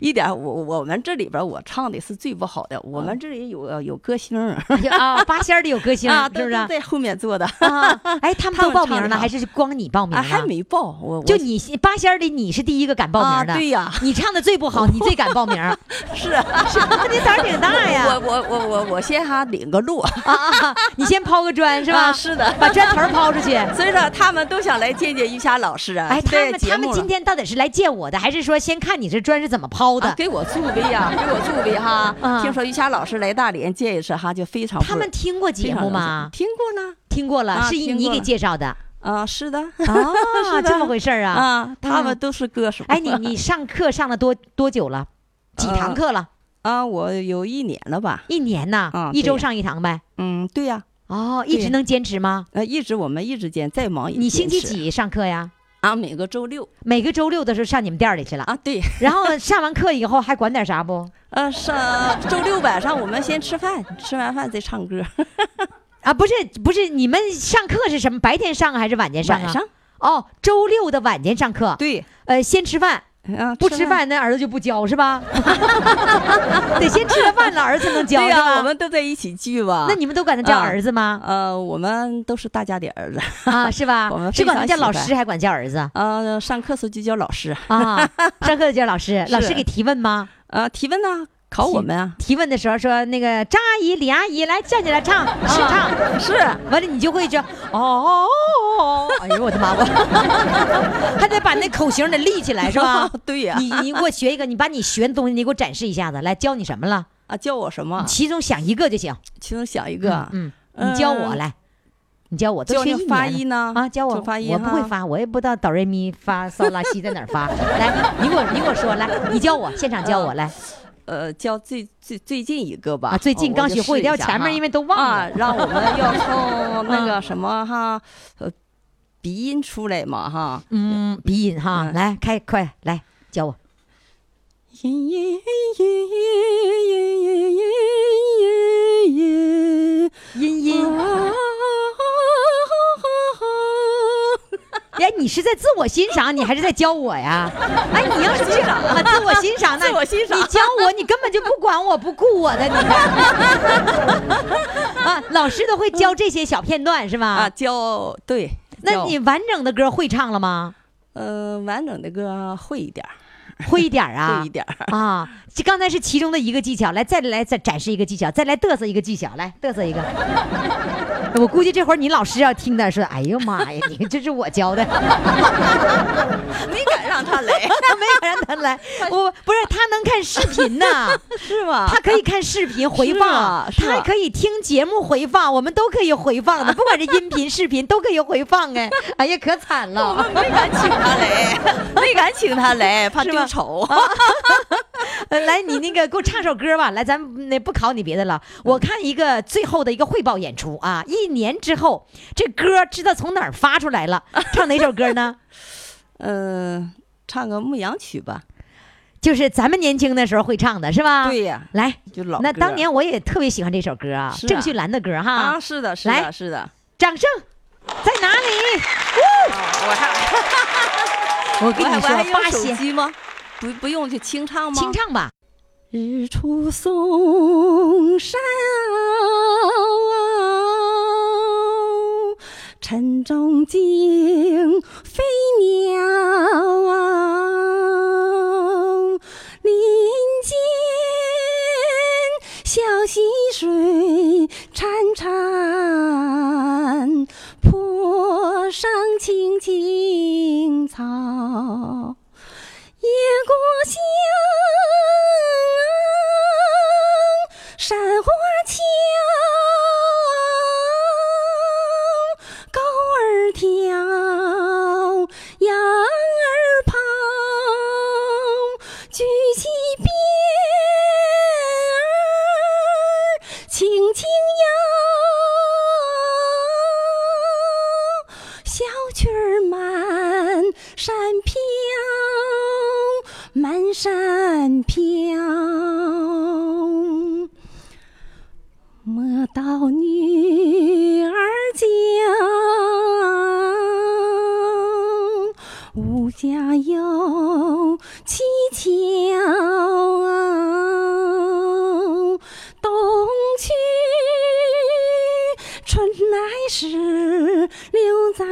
一点儿我我们这里边儿我唱的是最不好的，我们这里有有歌星儿
就 啊，八仙儿里有歌星，
啊，
是
都
不是？
都在后面坐的，
啊，哎，他们
他
都
们
报
唱
名
得
了，
好
还是光你报名
啊，
了？
还没报，我我
就你八仙儿里你是第一个敢报
啊
名的，
对呀
你唱的最不好，你最敢报名，
是啊，
是吧 你胆儿挺大呀
我我我我我先哈领个路，
啊啊！你先抛个砖是吧？
啊是的
把砖头儿抛出去。
所以说他们都想来见见瑜伽老师啊。
哎，
这
他们
节
他
目
们
了
今天到底是来见我的，还是说先看你这砖是怎么抛的？
啊给我助威 呀，给我助威哈
啊。
听说瑜伽老师来大连见一次哈，就非常
他
不
们听过节
非常
目
荣
吗
幸？听过了
听过了，
啊
是
听
你
过
给
了
介绍的
啊，是 的
啊
是的
这么回事儿啊？
啊，他们都是歌手。
哎，你你上课上了多多久了？几堂
呃
课了？
啊，我有一年了吧？
一年呐
啊，
一周
对呀
上一堂呗。
嗯，对呀，
哦，一
对
直能坚持吗？
呃，一直我们一直间再忙也
你星期
坚持
几上课呀？
啊？每个周六
每个周六的时候上你们店儿里去了，
啊，对，
然后上完课以后还管点啥不？
呃，上周六晚上我们先吃饭，吃完饭再唱歌，
啊，不是不是，你们上课是什么？白天上还是晚间上啊？
晚上
哦，周六的晚间上课。
对。
呃，先吃饭，
啊，
不吃饭那儿子就不教是吧？ 得先吃了饭了，儿子才能教
对
是吧
呀，我们都在一起聚吧。
那你们都管他叫
啊
儿子吗？
呃，我们都是大家的儿子，
啊，是吧
我们？
是
非
管他
常
叫
喜
老
欢
师，还管叫儿子
呃，上课时候就叫老师，
啊？上课就叫老师，老师
是
给提问吗？
呃，提问呢、考我们啊，
提问的时候说那个张阿姨、李阿姨来站起来唱，
啊
试唱是，完了你就会就哦，哎呦我的妈， 我还得把那口型得立起来是吧？
对呀
你你给我学一个，你把你学的东西你给我展示一下子，来教你什么了？
啊，叫我什么？
其中想一个就行，
其中想一个，
嗯，
嗯
你教我来，你教我，都
教
学
你
一年
发
了
音呢哎
啊，教我
教发音
我不会
哈
发，我也不知道哆瑞咪发嗦拉西在哪儿发。来，你给我你给我说 来，你教我，现场教我来。
呃，教最最最近一个吧，
啊最近
哦
刚
我就
学会
试一
要
下
前面
哈
因为嗯都忘了
啊，让我们要从那个什么哈，呃，鼻音出来嘛哈，
嗯，鼻音哈，
嗯
来开快来 教我。音音，哎，你是在自我欣赏，你还是在教我 呀？哎，你要是这样啊，自我欣赏，那
自我欣赏
你教我，你根本就不管我，不顾我的，你 看啊，老师都会教这些小片段是吧？
啊，教对，
那
教
你完整的歌会唱了吗？
呃完整的歌会一点儿，
会一点儿啊，
会一点儿。
啊，这刚才是其中的一个技巧，来再来再展示一个技巧，再来嘚瑟一个技巧，来嘚瑟一个。 我估计这会儿你老师要听的说：“哎呦妈呀，你这是我教的，
没敢让他来，
没有让他 来。”我不是他能看视频呐，
是吗？
他可以看视频回放，
啊是啊
他还可以听节目回放，我们都可以回放的，不管是音频、视频都可以回放。哎，哎呀，可惨了。
没敢请他 来，没敢请 他来，怕
是吧
丢丑。
呃，来，你那个给我唱首歌吧。来，咱们那不考你别的了，
嗯
我看一个最后的一个汇报演出啊。一年之后，这歌知道从哪儿发出来了，唱哪首歌 呢？
嗯，唱个牧羊曲吧。
就是咱们年轻的时候会唱的，是吧？
对呀
来，
就老
那
歌
当年我也特别喜欢这首歌啊，
是啊
郑绪岚的歌哈。
啊，是的，是
来
的，是的。
掌声。在哪里？
我还
我跟
我还
你
哦我
说，八
还用手
仙
机吗？不不用就清唱吗？
清唱吧。
日出嵩山坳，晨钟惊飞鸟。啊林间小溪水潺潺，坡上青青草。野果香，山花俏，高儿挑，羊儿跑，举起鞭儿轻轻摇，小曲儿满山飘，满山飘。莫道女儿娇，无家有妻娇。冬去春来时，留在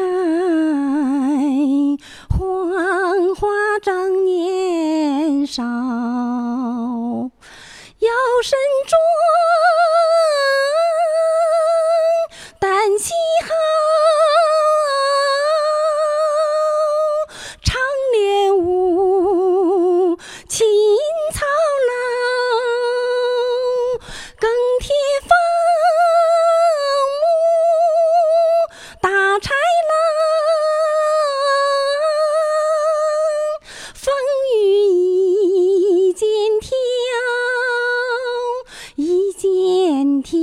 黄花正年少。腰身壮，胆气豪，长脸舞，勤操劳，耕田放牧，打豺狼，风雨一肩挑，一肩挑，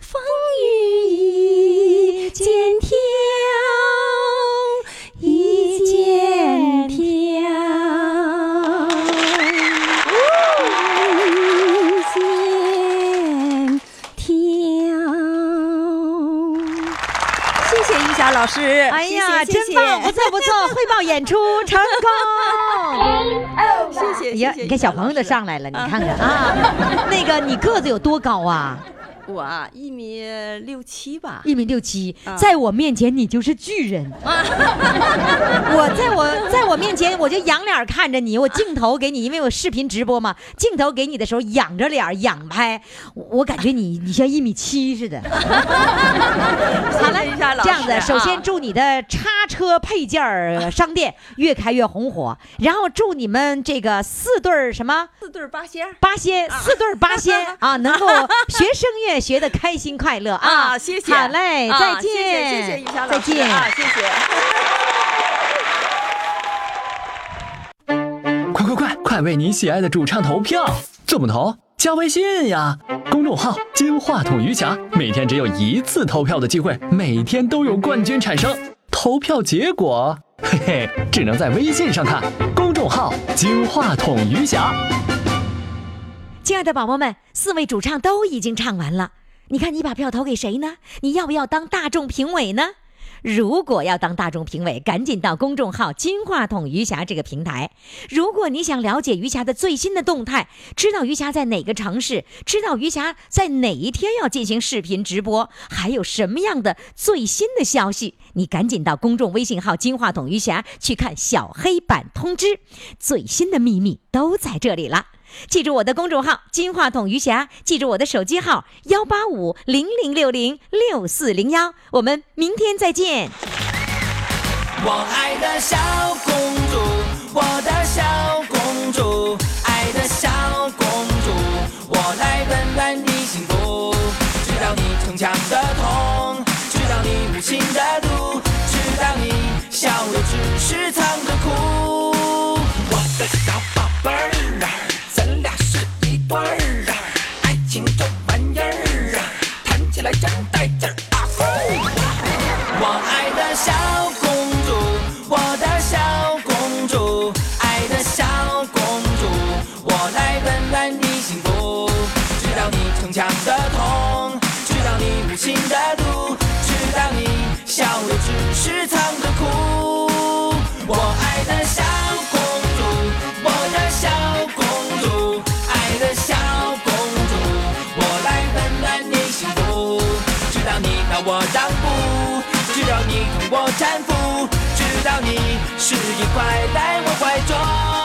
风雨一肩挑，一肩挑。一肩挑。谢谢一霞老师，
哎呀，
谢谢
真棒，不错不错，汇报演出成功。
谢谢，谢
呀，
谢
你看小朋友都上来了，你看看 啊，那个你个子有多高啊？
我啊一米六七吧，
一米六七，
啊
在我面前你就是巨人。我在我在我面前，我就仰脸看着你，我镜头给你，因为我视频直播嘛，镜头给你的时候仰着脸仰拍，我我感觉你你像一米七似的。 好了
谢 谢一下，老
这
师
样子，首先
啊
祝你的叉车配件儿商店越开越红火，然后祝你们这个四对儿什么。
四对八仙儿啊
八仙四对儿八 仙啊，能够学声乐学的开心快乐啊！
啊，谢谢，
好嘞，
啊
再
谢
见，
谢谢谢一霞老
再
师，
见。
啊，谢谢。
快快快，快为你喜爱的主唱投票！怎么投？加微信呀，公众号“金话筒余霞”，每天只有一次投票的机会，每天都有冠军产生。投票结果，嘿嘿，只能在微信上看。公众号“金话筒余霞”。
亲爱的宝宝们，四位主唱都已经唱完了，你看你把票投给谁呢？你要不要当大众评委呢？如果要当大众评委，赶紧到公众号“金话筒余霞”这个平台。如果你想了解余霞的最新的动态，知道余霞在哪个城市，知道余霞在哪一天要进行视频直播，还有什么样的最新的消息，你赶紧到公众微信号“金话筒余霞”去看小黑板通知，最新的秘密都在这里了。记住我的公众号“金话筒余霞”，记住我的手机号幺八五零零六零六四零幺。我们明天再见。
我爱的小公主，我的小公主，爱的小公主，我来温暖你幸福。知道你逞强的痛，知道你无情的毒，知道你笑的只是藏着哭。我的小宝贝儿啊，咱俩是一对儿啊，爱情这玩意儿啊，谈起来真带劲儿啊！呼我爱的小公主，我的小公主，爱笑的只是藏着哭。我爱的小公主，我的小公主，爱的小公主，我来温暖你幸福。直到你让我让步，直到你同我搀扶，直到你是一块在我怀中。